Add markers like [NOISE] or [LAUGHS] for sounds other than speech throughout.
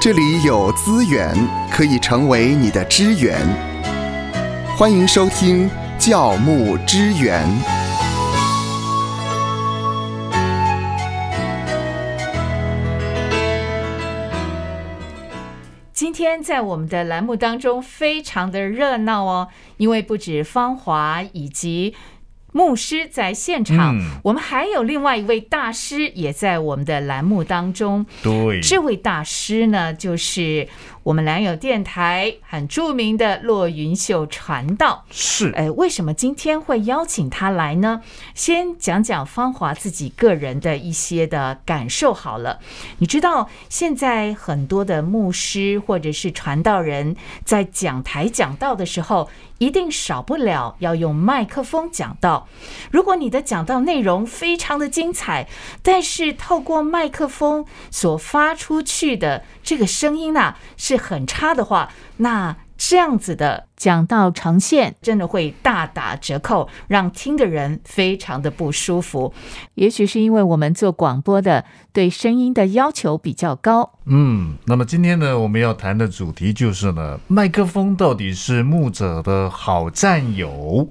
这里有资源可以成为你的支援。欢迎收听教牧支援。今天在我们的栏目当中非常的热闹哦，因为不止芳华以及牧师在现场，嗯我们还有另外一位大师也在我们的栏目当中。对，这位大师呢，就是我们蓝友电台很著名的骆云秀传道。是哎，为什么今天会邀请他来呢？先讲讲芳华自己个人的一些的感受好了。你知道现在很多的牧师或者是传道人在讲台讲道的时候，一定少不了要用麦克风讲道。如果你的讲道内容非常的精彩，但是透过麦克风所发出去的这个声音呐、啊是很差的话，那这样子的讲道呈现，真的会大打折扣，让听的人非常的不舒服。也许是因为我们做广播的对声音的要求比较高，嗯，那么今天呢，我们要谈的主题就是呢，麦克风到底是牧者的好战友，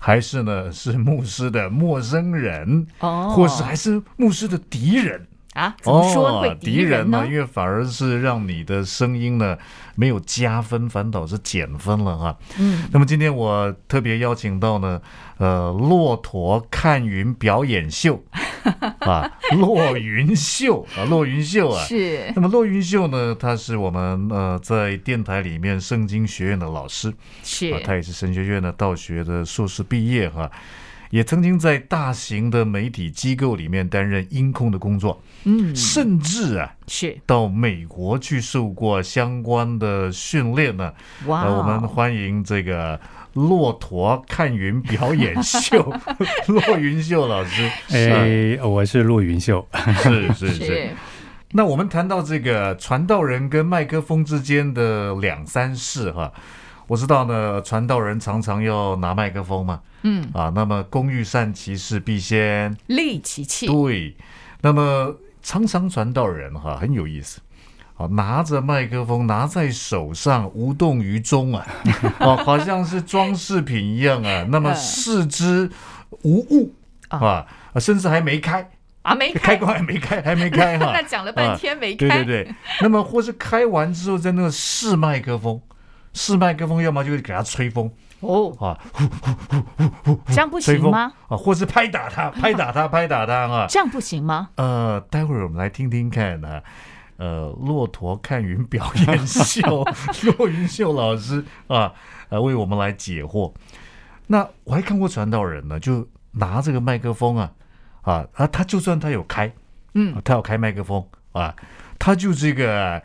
还是呢是牧师的陌生人，哦或是还是牧师的敌人？啊，怎么说会哦敌人呢？呢？因为反而是让你的声音呢没有加分，反倒是减分了哈。嗯，那么今天我特别邀请到呢，呃，骆驼看云表 [LAUGHS] 演秀啊，骆云秀啊，骆云秀啊。是那么骆云秀呢，他是我们呃在电台里面圣经学院的老师啊，他是，也是神学院的道学的硕士毕业哈、也曾经在大型的媒体机构里面担任音控的工作，嗯，甚至啊是到美国去受过相关的训练呢、哇呃，我们哦，欢迎这个骆驼看云表演秀， [LAUGHS] 骆云秀老师。啊哎，我是陆云秀。是是是。是那我们谈到这个传道人跟麦克风之间的两三事哈，我知道呢，传道人常常要拿麦克风嘛，嗯，啊，那么工欲善其事必先，利其器，对，那么常常传道人哈很有意思。啊，拿着麦克风拿在手上，无动于衷 [LAUGHS] 啊，哦，好像是装饰品一样啊。那么嗯哦视之无物啊，啊甚至还没开，啊，没开，开关还 [LAUGHS] 没开，还没开哈。啊那讲了半天没开，对对对，那么或是开完之后在那个试麦克风，试麦克风，要么就给它吹风哦，啊，这样不吹行风吗啊？，或是拍打它，拍打它，拍打它啊。这样不行吗？呃，待会儿我们来听听看啊，呃，骆驼看云表演秀， [LAUGHS] 骆云秀老师啊，呃，为我们来解惑。那我还看过传道人呢，就拿这个麦克风啊，啊啊，他就算他有开，嗯，他有开麦克风啊，他就这个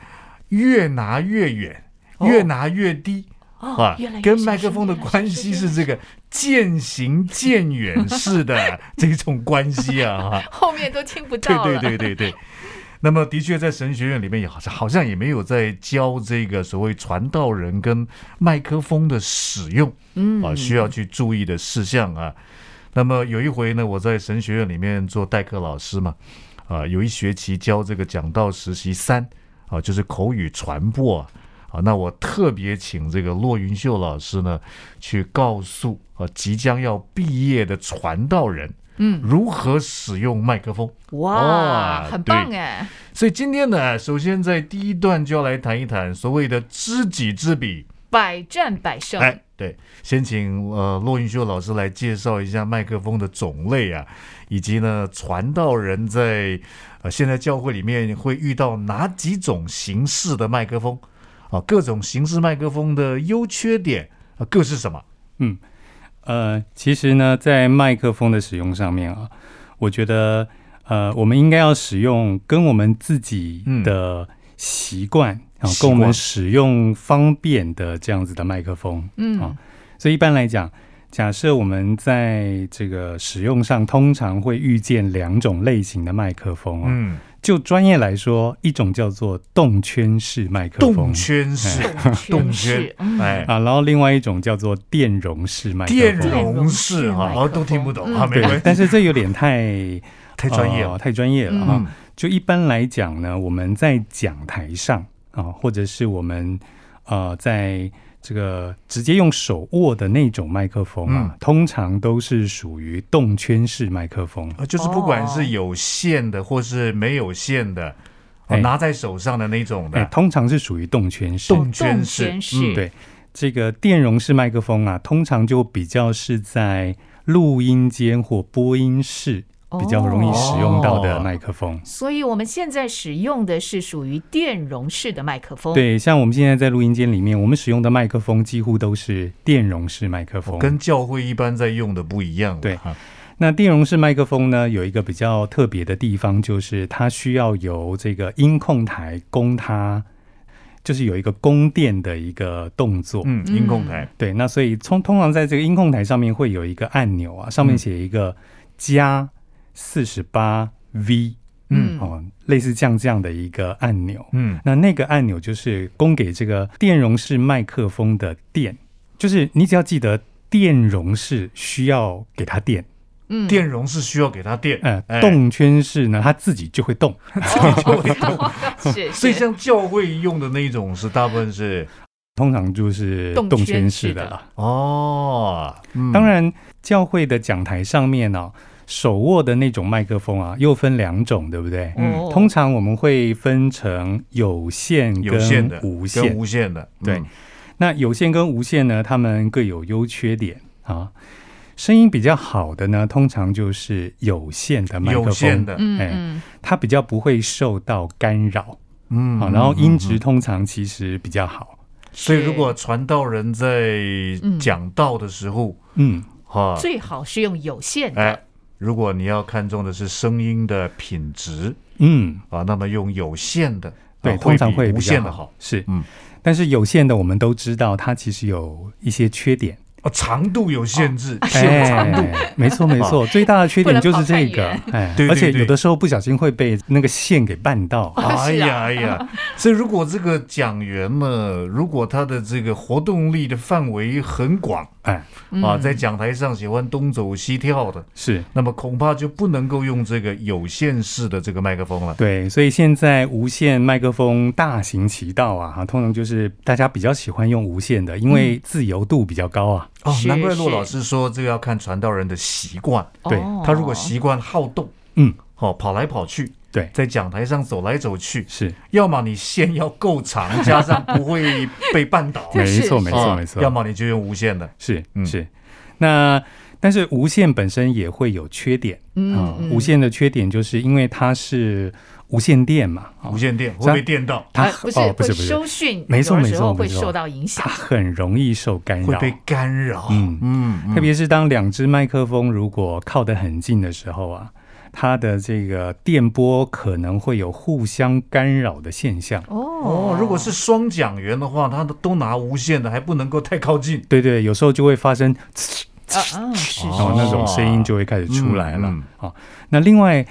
越拿越远，哦越拿越低。哦啊，，越来越跟小麦克声风的越来越关小声系是这个渐行渐远 [LAUGHS] 式的这种关系啊，哈，后面都听不 [LAUGHS] 对到了。对对对对。那么，的确，在神学院里面也好像好像也没有在教这个所谓传道人跟麦克风的使用嗯啊，需要去注意的事项啊。那么有一回呢，我在神学院里面做代课老师嘛，啊，有一学期教这个讲道实习三啊，就是口语传播啊。啊那我特别请这个骆云秀老师呢，去告诉啊即将要毕业的传道人，嗯，如何使用麦克风。哇，哦很对棒哎，所以今天呢，首先在第一段就要来谈一谈所谓的知己知彼。百战百胜。哎，对，先请呃骆云秀老师来介绍一下麦克风的种类啊，以及呢传道人在呃现在教会里面会遇到哪几种形式的麦克风啊，各种形式麦克风的优缺点啊各是什么？呃，其实呢，在麦克风的使用上面啊，我觉得呃，我们应该要使用跟我们自己的习惯、啊，嗯习跟惯我们使用方便的这样子的麦克风。嗯好，所以一般来讲，假设我们在这个使用上，通常会遇见两种类型的麦克风啊。嗯，就专业来说，一种叫做动圈式麦克风，动圈哎式，动是圈，嗯哎，啊，然后另外一种叫做电容式麦克电风，容式哈，麦克啊风都听不懂嗯啊，没对关，但系，是这有点太 [LAUGHS] 太专业呃了。太专业了啊嗯哈、就一般来讲呢，我们在讲台上啊、或者是我们呃在这个直接用手握的那种麦克风嗯啊，通常都是属于动圈式麦克风。呃就是不管哦是有线的或是没有线的，哦哎拿在手上的那种哎、的，通常是属于动圈式。动圈式动圈式嗯对这个电容式麦克风啊，通常就比较是在录音间或播音室比较容易使用到的麦克风。所以我们现在使用的是属于电容式的麦克风。，对，像我们现在在录音间里面，我们使用的麦克风几乎都是电容式麦克风。哦跟教会一般在用的不一样了。对啊那电容式麦克风呢，有一个比较特别的地方，就是它需要由这个音控台供它，就是有一个供电的一个动作。嗯，嗯音控台，对，那所以通通常在这个音控台上面会有一个按钮啊，上面写一个加四十八 V，嗯哦，类似像这样的一个按钮。嗯，那那个按钮就是供给这个电容式麦克风的电，就是你只要记得电容式需要给它电，嗯，电容是需要给它电，呃，哎，动圈式呢它自己就会动，是，所以是哦像教会用的那种是大部分是哎通常就是动动圈圈式式的的啦。哦，嗯当然，教会的讲台上面呢、手握的那种麦克风啊，又分两种，对不对？嗯哦通常我们会分成有线有线跟的、无跟线。无线的，嗯对，那有线跟无线呢，它们各有优缺点啊。声音比较好的呢，通常就是有线的麦克风，有线的，嗯哎嗯，它比较不会受到干扰嗯啊。然后音质嗯通常其实比较好，所以如果传道人在讲道的时候，嗯，哈、最好是用有线的，哎，如果你要看重的是声音的品质嗯，啊，那么用有线的，啊对，通常会会比无比线较的好。，是，嗯嗯。但是有线的我们都知道，它其实有一些缺点，哦，长度有限制，哎限长 [LAUGHS] 度。哦没错没错，最大的缺点就是这不个能，哎对，对而且对有的时候不小心会被那个线给绊到，哎是呀啊哎呀！所以如果这个讲员呢，如果他的这个活动力的范围很广哎，啊，在讲台上喜欢东走西跳的，是。那么恐怕就不能够用这个有线式的这个麦克风了。对，所以现在无线麦克风大行其道啊，哈，通常就是大家比较喜欢用无线的，因嗯为自由度比较高啊。哦，是难怪陆是老师说这个要看传道人的习惯，对哦他如果习惯好动，嗯，哦，跑来跑去，对，在讲台上走来走去，是，要么你线要够长，加上不会被绊 [LAUGHS] 倒，对没是哦错，没错，啊没错。要么你就用无线的，是嗯是，那但是无线本身也会有缺点嗯啊、嗯无线的缺点就是因为它是无线电嘛，啊无线电会被电到，它呃不是哦不会是不是收讯，没有错的没时错候会没错受到影响它。很容易受干会扰。被干扰。嗯嗯嗯特别是当两只麦克风如果靠得很近的时候啊，它的这个电波可能会有互相干扰的现象。哦哦，如果是双讲员的话，他都拿无线的，还不能够太靠近，对对，有时候就会发生，啊啊是然后哦那种声音就会开始出来了。嗯啊，那另外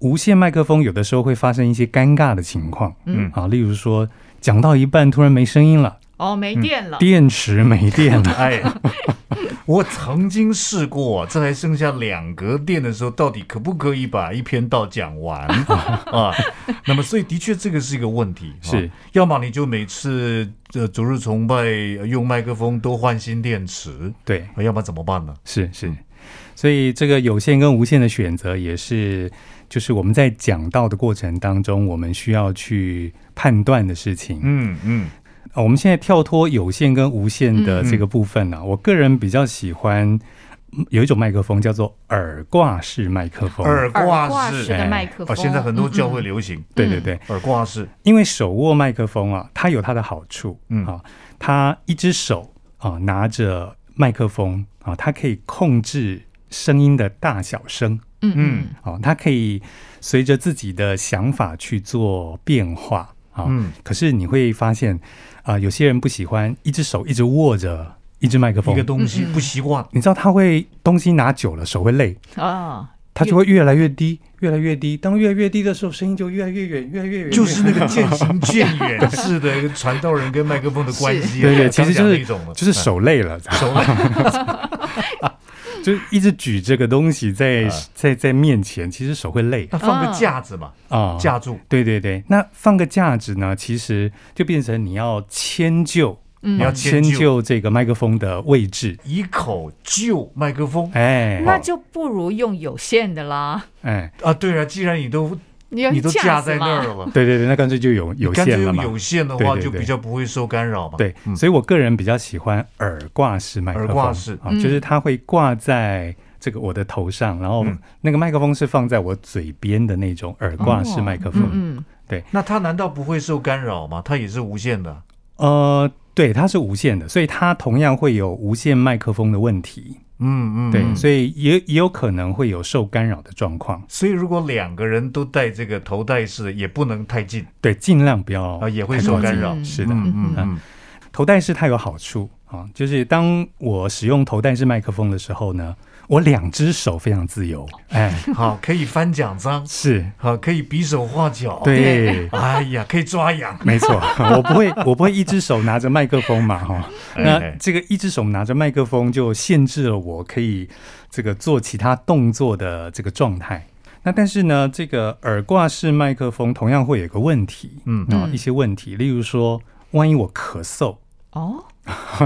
无线麦克风有的时候会发生一些尴尬的情况。嗯啊，例如说讲到一半突然没声音了，哦没电了，电池没 [LAUGHS] 电了，哎，我曾经试过，这还剩下两格电的时候，到底可不可以把一篇道讲 [LAUGHS] 完啊？那么，所以的确这个是一个问题。啊是，要么你就每次呃主日崇拜呃用麦克风都换新电池，对，啊要不然怎么办呢？是是嗯。所以这个有线跟无线的选择也是，就是我们在讲到的过程当中，我们需要去判断的事情。嗯嗯，啊，我们现在跳脱有线跟无线的这个部分呢、我个人比较喜欢嗯有一种麦克风叫做耳挂式麦克风。嗯耳耳挂式式的哎麦克哦，风，现在很多嗯教会流行对对对，耳挂式，因为手握麦克风啊，它有它的好处，嗯啊，它一只手啊拿着麦克风啊，它可以控制声音的大小声，嗯嗯啊，它可以随着自己的想法去做变化啊。嗯，可是你会发现啊、有些人不喜欢一只手一直握着一只麦克一个风，东西嗯嗯不习惯，你知道他会东西拿久了手会累，嗯啊，它就会越来越低，越来越低。当越来越低的时候，声音就越来越远，越来越远，就是那 [LAUGHS] 个渐行渐远式的传道人跟麦克风的关系啊，对对，其刚讲 [LAUGHS] 实就那是一种了就是手累了，手 [LAUGHS] 就一直举这个东西在啊在在面前，其实手会累那放个架子嘛，啊。架住，对对对，那放个架子呢，其实就变成你要迁就，你要嗯迁迁就，就这个麦克风的位置。以口就麦克风哎好那就不如用有线的 [LAUGHS] 啦。哎，啊。对啊，既然你都你要你都架架子在那嘛儿了，对对对，那干脆就有 [LAUGHS] 有干脆线了用嘛。有线的话，对对就对比较不会受干扰嘛。对，嗯所以我个人比较喜欢耳挂式麦克风，耳挂式啊，嗯就是它会挂在这个我的头上，然后嗯那个麦克风是放在我嘴边的那种耳挂式麦克风。嗯嗯，那它难道不会受干扰吗？它也是无线的，呃，对，它是无线的，所以它同样会有无线麦克风的问题。嗯嗯，对，嗯所以也也有可能会有受干扰的状况。所以如果两个人都戴这个头戴式的，也不能太近对，尽量不要啊，也会哦太受靠近干扰。嗯是的，嗯嗯嗯，头戴式它有好处啊，就是当我使用头戴式麦克风的时候呢，我两只手非常自由，哎，嗯好，可以翻奖章，是好，啊可以比手画脚，， [LAUGHS] 对。哎呀，可以抓痒，没错，我不会，我不会一只手拿着麦克风嘛，哈。哎那这个一只手拿着麦克风就限制了我可以这个做其他动作的这个状态。那但是呢，这个耳挂式麦克风同样会有一个问题嗯啊、嗯一些问题，例如说，万一我咳嗽， [LAUGHS] 哦，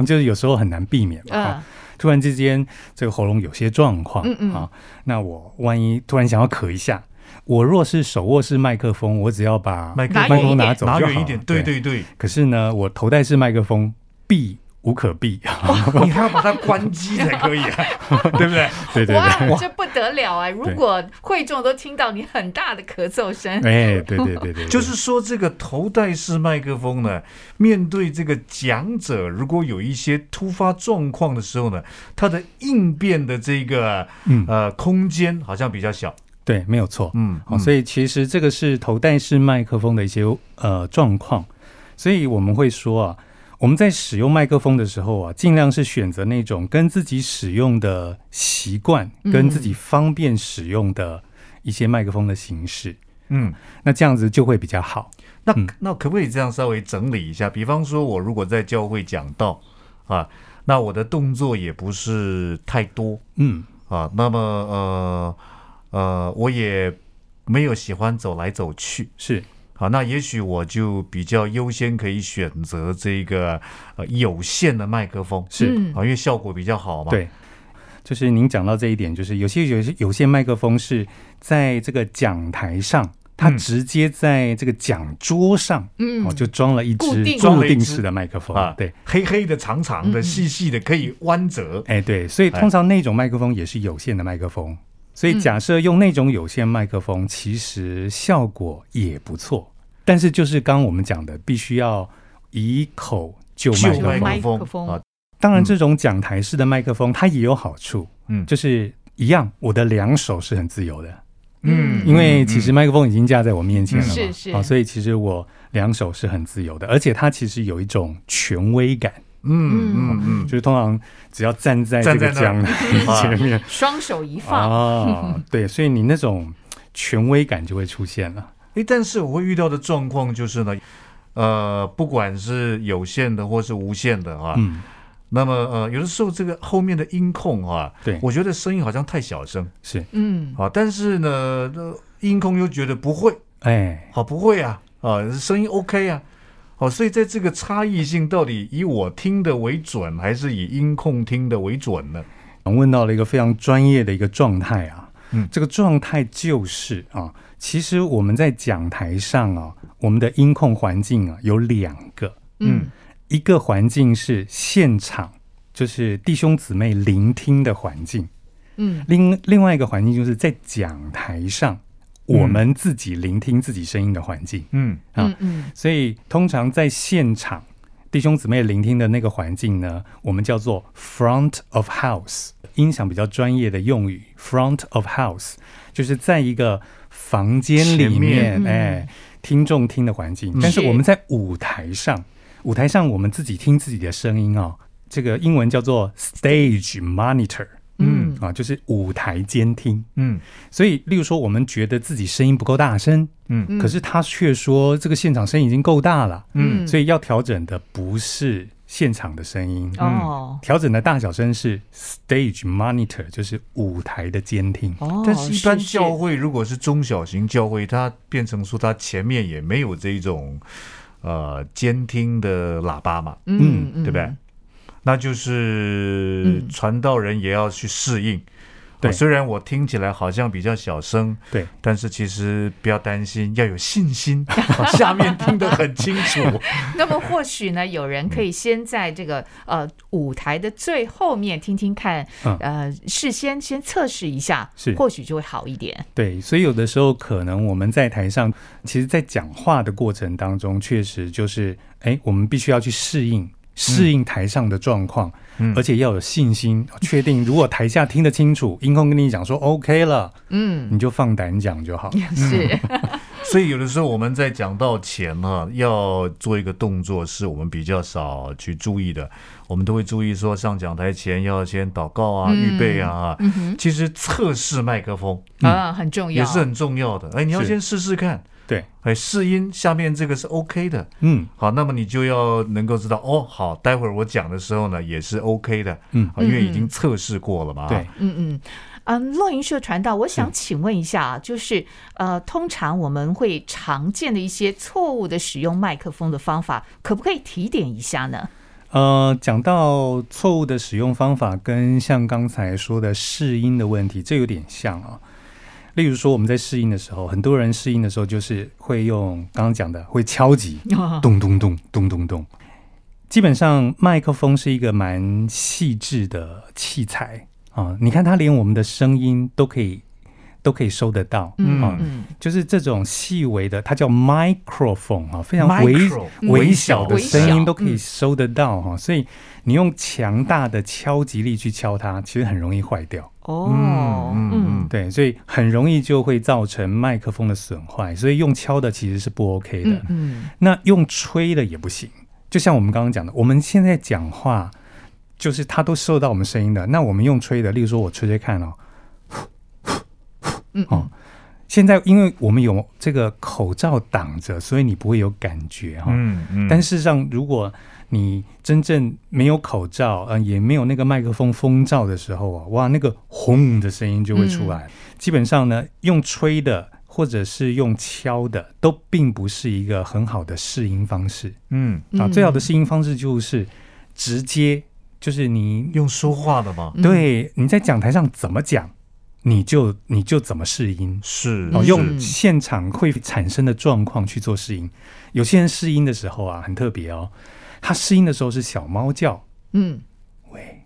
就是有时候很难避免嘛，哈嗯突然之间这个喉咙有些状况，嗯嗯啊，那我万一突然想要咳一下，我若是手握式麦克风，我只要把麦克拿麦远克一风拿点 [LAUGHS] 走就好拿了，远一点，对对对，可是呢，我头戴式麦克风避无可避，啊 [LAUGHS] 你还要把它关机才可以啊， [LAUGHS] 对不对？对对对，哇，这不得了哎！如果会众都听到你很大的咳嗽声，哎，对对对对，就是说，这个头戴式麦克风呢，面对这个讲者，如果有一些突发状况的时候呢，它的应变的这个嗯呃空间好像比较小。对，没有错。嗯，好、所以其实这个是头戴式麦克风的一些呃状况，所以我们会说啊，我们在使用麦克风的时候啊，尽量是选择那种跟自己使用的习惯，跟自己方便使用的一些麦克风的形式，嗯，那这样子就会比较好。那嗯那可不可以这样稍微整理一下？比方说，我如果在教会讲道啊，那我的动作也不是太多嗯，啊，那么呃呃，我也没有喜欢走来走去。是好，那也许我就比较优先可以选择这个呃有线的麦克风，是。嗯啊，因为效果比较好嘛。，对，就是您讲到这一点，就是有些有些有些麦克风是在这个讲台上，它嗯直接在这个讲桌上、嗯哦，就装了一固支定装了一定支式的麦克风啊，对。黑黑的、长长嗯的、细细的，可以弯折。哎，对，所以哎通常那种麦克风也是有线的麦克风，所以假设用那种有线麦克风，其实效果也不错，但是就是刚刚我们讲的，必须要以口就麦旧克风麦克，风风啊，当然，嗯这种讲台式的麦克风它也有好处，嗯就是一样，我的两手是很自由的，嗯因为其实麦克风已经架在我面前了嘛，是是啊所以其实我两手是很自由的，而且它其实有一种权威感，嗯啊嗯嗯，就是通常只要站在这站在个那儿讲嗯 [LAUGHS] 台前面双手一放，啊，对，所以你那种权威感就会出现了，诶，但是我会遇到的状况就是呢，呃，不管是有线的或是无线的啊，嗯，那么呃，有的时候这个后面的音控啊，对我觉得声音好像太小声是，嗯，啊，但是呢，呃音控又觉得不会。哎，好，不会啊，啊，声音 OK 啊，好，所以在这个差异性到底以我听的为准，还是以音控听的为准呢？问到了一个非常专业的一个状态啊，嗯这个状态就是啊，其实我们在讲台上啊，我们的音控环境啊有两个，嗯一个环境是现场，就是弟兄姊妹聆听的环境；嗯另另外一个环境就是在讲台上，我们自己聆听自己声音的环境。嗯嗯嗯，所以，通常在现场弟兄姊妹聆听的那个环境呢，我们叫做 front of house，音响比较专业的用语，front of house 就是在一个房间里前面，面哎，听众听的环境。嗯但是是我们在舞台上，舞台上我们自己听自己的声音哦，这个英文叫做 stage monitor，嗯啊，就是舞台监听。嗯所以，例如说，我们觉得自己声音不够大声，嗯可是他却说这个现场声音已经够大了，嗯所以要调整的不是现场的声音。哦调整的大小声是 stage monitor，就是舞台的监听。哦，但是，一般是教会如果是中小型教会，它变成说它前面也没有这种呃监听的喇叭嘛，嗯嗯，对不对？那就是嗯传道人也要去适应。对哦虽然我听起来好像比较小声，对，但是其实不要担心，要有信心，啊下面听得很清 [LAUGHS] 楚。那么或许呢，有人可以先在这个呃舞台的最后面听听看，嗯呃，事先先测试一下，是或许就会好一点。对，所以有的时候可能我们在台上，其实，在讲话的过程当中，确实就是，哎，我们必须要去适应适应台上的状况，嗯而且要有信心，哦确定如果台下听得清楚，音控跟你讲说 OK 了，嗯，你就放胆讲就好。是，所以有的时候我们在讲到前啊，要做一个动作，是我们比较少去注意的。我们都会注意说，上讲台前要先祷告啊、嗯预备啊。嗯哼，其实测试麦克风啊，很重要，嗯也是很重要的。哎，你要是先试试看，对，哎，试音下面这个是 OK 的。嗯，好，那么你就要能够知道哦，好，待会儿我讲的时候呢，也是 OK 的，嗯啊，因为已经测试过了嘛，对，嗯嗯。嗯，乐营社传道，我嗯想请问一下啊，就是呃，通常我们会常见的一些错误的使用麦克风的方法，可不可以提点一下呢？ [LAUGHS] 呃，讲到错误的使用方法，跟像刚才说的试音的问题，这有点像啊、例如说，我们在试音的时候，很多人试音的时候就是会用刚刚讲的会敲击，哦嗯咚咚咚咚咚咚。基本上，麦克风是一个蛮细致的器材啊，你看它连我们的声音都可以都可以收得到，嗯嗯嗯，就是这种细微的，它叫 microphone 啊，非常微 Micro，微小嗯的微小声音都可以嗯收得到哈、所以你用强大的敲击力去敲它，其实很容易坏掉。哦，嗯嗯嗯对，所以很容易就会造成麦克风的损坏，所以用敲的其实是不 OK 的。嗯嗯，那用吹的也不行。就像我们刚刚讲的，我们现在讲话，就是它都收到我们声音的。那我们用吹的，例如说我吹吹看哦，嗯哦，现在因为我们有这个口罩挡着，所以你不会有感觉哈、嗯嗯但是事实上，如果你真正没有口罩，嗯、也没有那个麦克风风罩的时候啊，哇，那个轰的声音就会出嗯来。基本上呢，用吹的或者是用敲的，都并不是一个很好的试音方式。嗯，啊，嗯最好的适应方式就是直接，就是你用说话的嘛，嗯对你在讲台上怎么讲，你就你就怎么适应。是哦，嗯用现场会产生的状况去做适应。有些人试音的时候啊，很特别哦，他试音的时候是小猫叫，嗯，喂，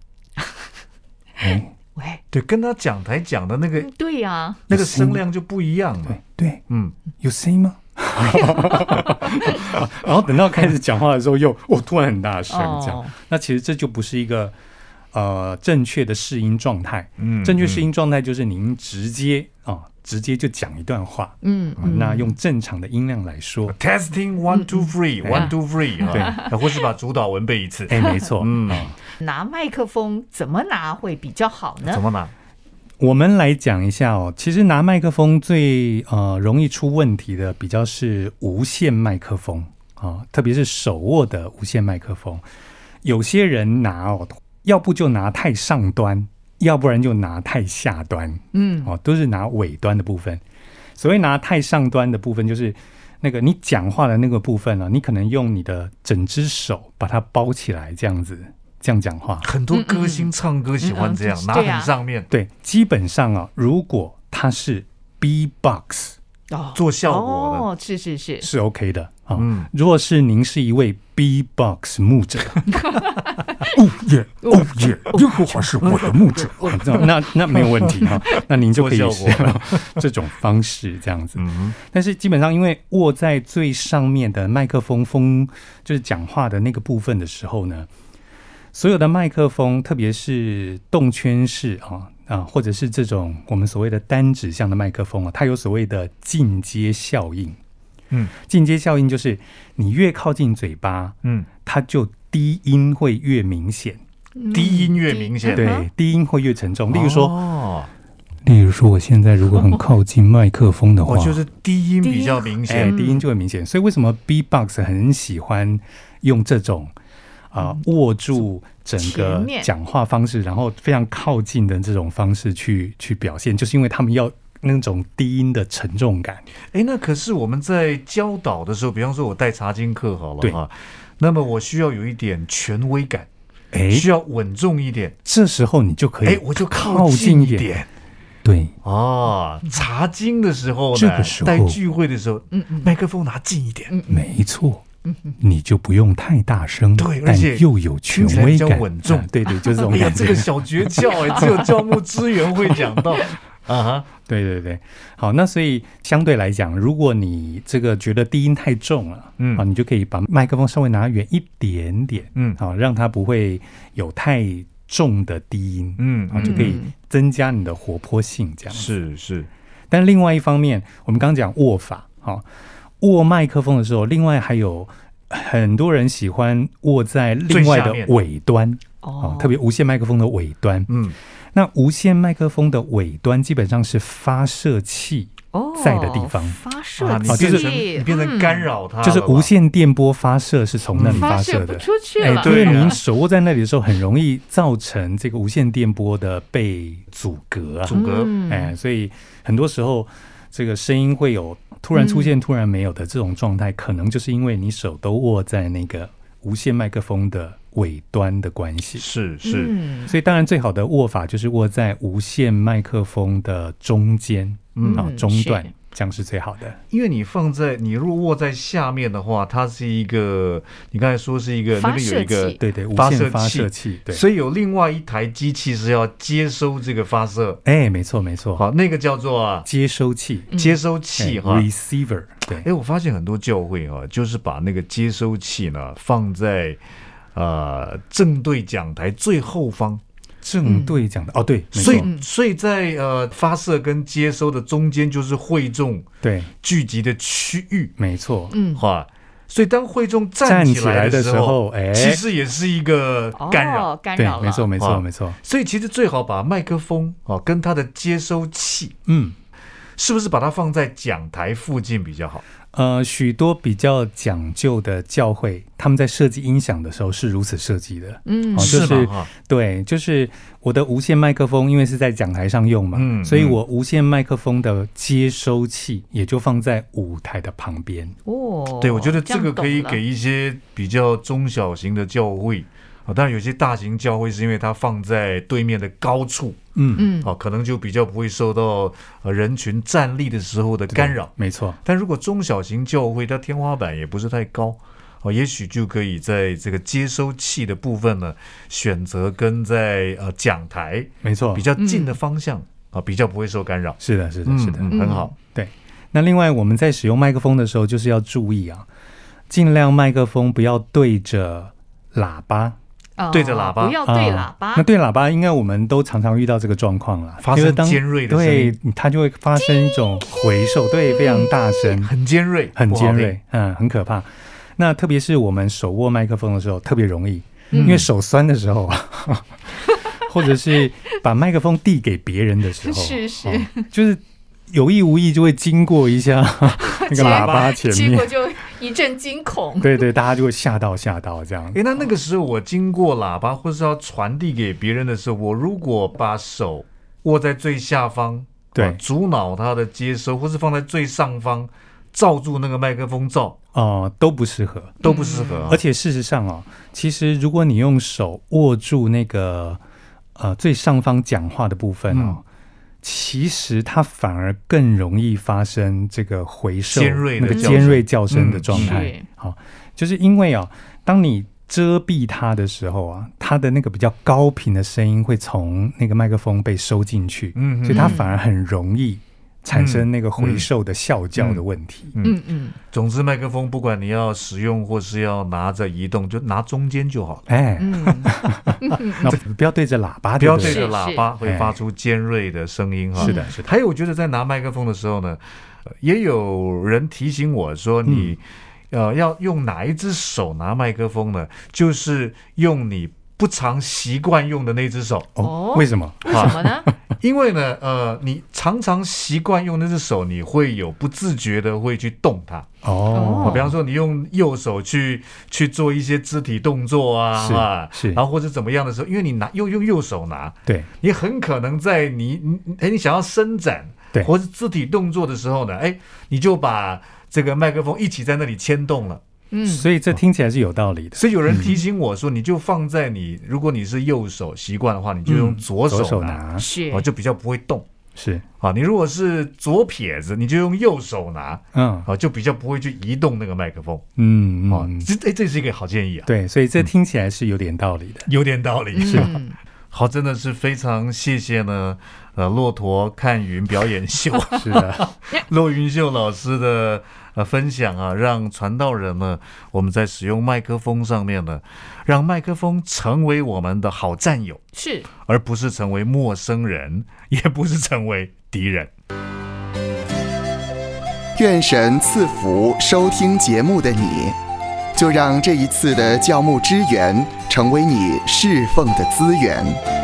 喂，对，跟他讲台讲的那个嗯对呀，那个声量就不一样了对，对，嗯，有声音吗？ [LAUGHS] 然后等到开始讲话的时候又，我、突然很大声这样，哦，那其实这就不是一个呃正确的试音状态。嗯。正确适应状态就是您直接啊、直接就讲一段话、嗯啊嗯，那用正常的音量来说 Testing one two three 嗯 one two three 对啊，或是把主导文背一次。哎，没错，嗯，拿麦克风怎么拿会比较好嗯怎呢？么拿？我们来讲一下哦。其实拿麦克风最呃容易出问题的，比较是无线麦克风啊、特别是手握的无线麦克风。有些人拿哦，要不就拿太上端，要不然就拿太下端。嗯哦，都是拿尾端的部分。所谓拿太上端的部分，就是那个你讲话的那个部分啊，你可能用你的整只手把它包起来，这样子这样讲话。很多歌星唱歌喜欢这嗯样嗯嗯，拿对啊很上面对，基本上啊，如果它是 B box 哦，做效啊果哦，是是是，是 OK 的啊。的。嗯，如果是您是一位 B box 牧 [LAUGHS] 者，哦耶哦耶，耶和华是我的牧者，啊那那那没有问题哈、啊，那您就可以哦做效果是这种方式这样子。嗯但是基本上，因为握在最上面的麦克风风，就是讲话的那个部分的时候呢，所有的麦克风，特别是动圈式啊啊，或者是这种我们所谓的单指向的麦克风啊，它有所谓的进阶效应。嗯，进阶效应就是你越靠近嘴巴，嗯，它就低音会越明显，低音越明嗯显。哼对，低音会越沉重。例如说，哦，例如说，我现在如果很靠近麦克风 [LAUGHS] 的我哦就是低音比较明哎、显。低音就会明显。所以为什么 B-box 很喜欢用这种嗯啊、握住整前个面讲话方式，然后非常靠近的这种方式去去表现，就是因为他们要那种低音的沉重感。哎，那可是我们在教导的时候，比方说我带查经课好对了哈，那么我需要有一点权威感，哎，需要稳重一点，这时候你就可以哎，我就靠近一一点。对，哦，查经的时候呢，这个时候嗯带聚会的时候，嗯麦克风拿近一点，没错。你就不用太大声，嗯对而但且又有听权起来威比较感，稳重啊对对，就这种哎呀，感这觉。个小诀窍哎，只有教牧支援会讲 [LAUGHS] 到啊哈，对对对，好，那所以相对来讲，如果你这个觉得低音太重了，嗯啊，你就可以把麦克风稍微拿远一点点，嗯好、让它不会有太重的低音，嗯啊，就可以增加你的活泼性这样。是是，但另外一方面，我们刚刚讲握法，好、握麦克风的时候，另外还有很多人喜欢握在另外的最下面尾端，哦，特别无线麦克风的尾端。嗯那无线麦克风的尾端基本上是发射器。哦在的地方发啊，射你哦就变是成器你变成干扰啊他了吧，就是无线电波发射是从那里嗯发射射不的。出去了，哎对因为啊您手握在那里的时候，很容易造成这个无线电波的被阻隔啊，阻隔，嗯哎，所以很多时候这个声音会有突然出现、突然没有的这种状态，可能就是因为你手都握在那个无线麦克风的尾端的关系。是是，嗯所以，当然最好的握法就是握在无线麦克风的中间，嗯啊，嗯中是段，这样是最好的。因为你放在你如果握在下面的话，它是一个，你刚才说是一个那发边射有一个器对对，无发射线发器射器，对，所以有另外一台机器是要接收这个发射，哎，没错没错，好，那个叫做啊接收器，嗯接收器哎哈。 receiver，对，哎，我发现很多教会哈、就是把那个接收器呢放在呃正对讲台最后方，正对讲的，哦对，没所错，嗯以所以在呃发射跟接收的中间就是会众对，聚集的区域，没错，嗯，哈、所以当会众站站起起来来的的时时候候，哎其实也是一个哦干扰。干对扰，了，没错没错啊没错，所以其实最好把麦克风啊跟它的接收器，嗯。是不是把它放在讲台附近比较好？呃，许多比较讲究的教会，他们在设计音响的时候是如此设计的。嗯哦，就吗？是哈，对，就是我的无线麦克风，因为是在讲台上用嘛，嗯所以嗯我无线麦克风的接收器也就放在舞台的旁边。哦，对，我觉得这样个可以懂了给一些比较中小型的教会啊，当然有些大型教会是因为它放在对面的高处嗯，嗯啊，可能就比较不会受到呃人群站立的时候的干扰。没错。但如果中小型教会它天花板也不是太高。哦，也许就可以在这个接收器的部分呢，选择跟在呃讲台没错，比较近的方向啊，比较不会受干扰。是的，哦嗯是的，是的，嗯嗯很好。对。那另外，我们在使用麦克风的时候，就是要注意啊，尽量麦克风不要对着喇叭。哦对着喇叭不要对喇叭啊那，对喇叭，应该我们都常常遇到这个状况啦，发生因为当尖锐的声对音，它就会发生一种回授，对，非常大声，很尖锐，很嗯不好尖听，锐，嗯，很可怕。那特别是我们手握麦克风的时候，特别容易，嗯因为手酸的时候 [LAUGHS] 啊，或者是把麦克风递给别人的时候，是是哦就是有意无意就会经过一 [LAUGHS] 下那个喇叭前结果面，就一阵惊恐。对对，大家就会吓到吓到这样诶，。那那个时候我经过喇叭，或是要传递给别人的时候，我如果把手握在最下方，对啊阻挠它的接收，或是放在最上方，罩住那个麦克风罩，哦、都不适合。都不适合啊、嗯而且事实上哦，其实如果你用手握住那个呃最上方讲话的部分哦，嗯其实它反而更容易发生这个回声尖锐那的个叫声尖锐叫声的嗯状态是。好、就是因为哦，当你遮蔽它的时候啊，它的那个比较高频的声音会从那个麦克风被收进去，嗯嗯所以它嗯反而很容易产生那个回嗯授的笑叫的问题。嗯嗯，总之，麦克风不管你要使用或是要拿着移动，就拿中间就 [LAUGHS] 好了，哎，嗯，那不要对着喇叭，不要对对不对着是喇是叭会哎发出尖锐的声音哈、是的，是的，还有，我觉得在拿麦克风的时候呢，呃也有人提醒我说嗯你，呃，要用哪一只手拿麦克风呢？就是用你不常习惯用的那只 [LAUGHS] 手，哦为什么？为什么呢？因为呢，呃，你常常习惯用那只手，你会有不自觉的会去动它。哦哦，比方说你用右手去去做一些肢体动作啊，是啊是然后或者怎么样的时候，因为你拿用用右手拿，对你很可能在你你哎你想要伸展对或是肢体动作的时候呢，哎你就把这个麦克风一起在那里牵动了。 [LAUGHS] 嗯，所以这听起来是有道理的。所以有人提醒我说，你就放在你如果你是右手习惯的话，你就用左嗯左手手拿，拿是哦就比较不会动。是，啊，你如果是左撇子，你就用右手拿，嗯啊，就比较不会去移动那个麦克风。嗯哦嗯，，这哎，这是一个好建议啊，对，所以这听起来是有点道理的。有点道理。嗯，好，真的是非常谢谢呢，呃，骆驼看云表演秀，是的， [LAUGHS] 骆云秀老师的呃分享啊，让传道人呢，我们在使用麦克风上面呢，让麦克风成为我们的好战友，是而不是成为陌生人，也不是成为敌人。愿神赐福收听节目的你，就让这一次的教牧支援成为你侍奉的资源。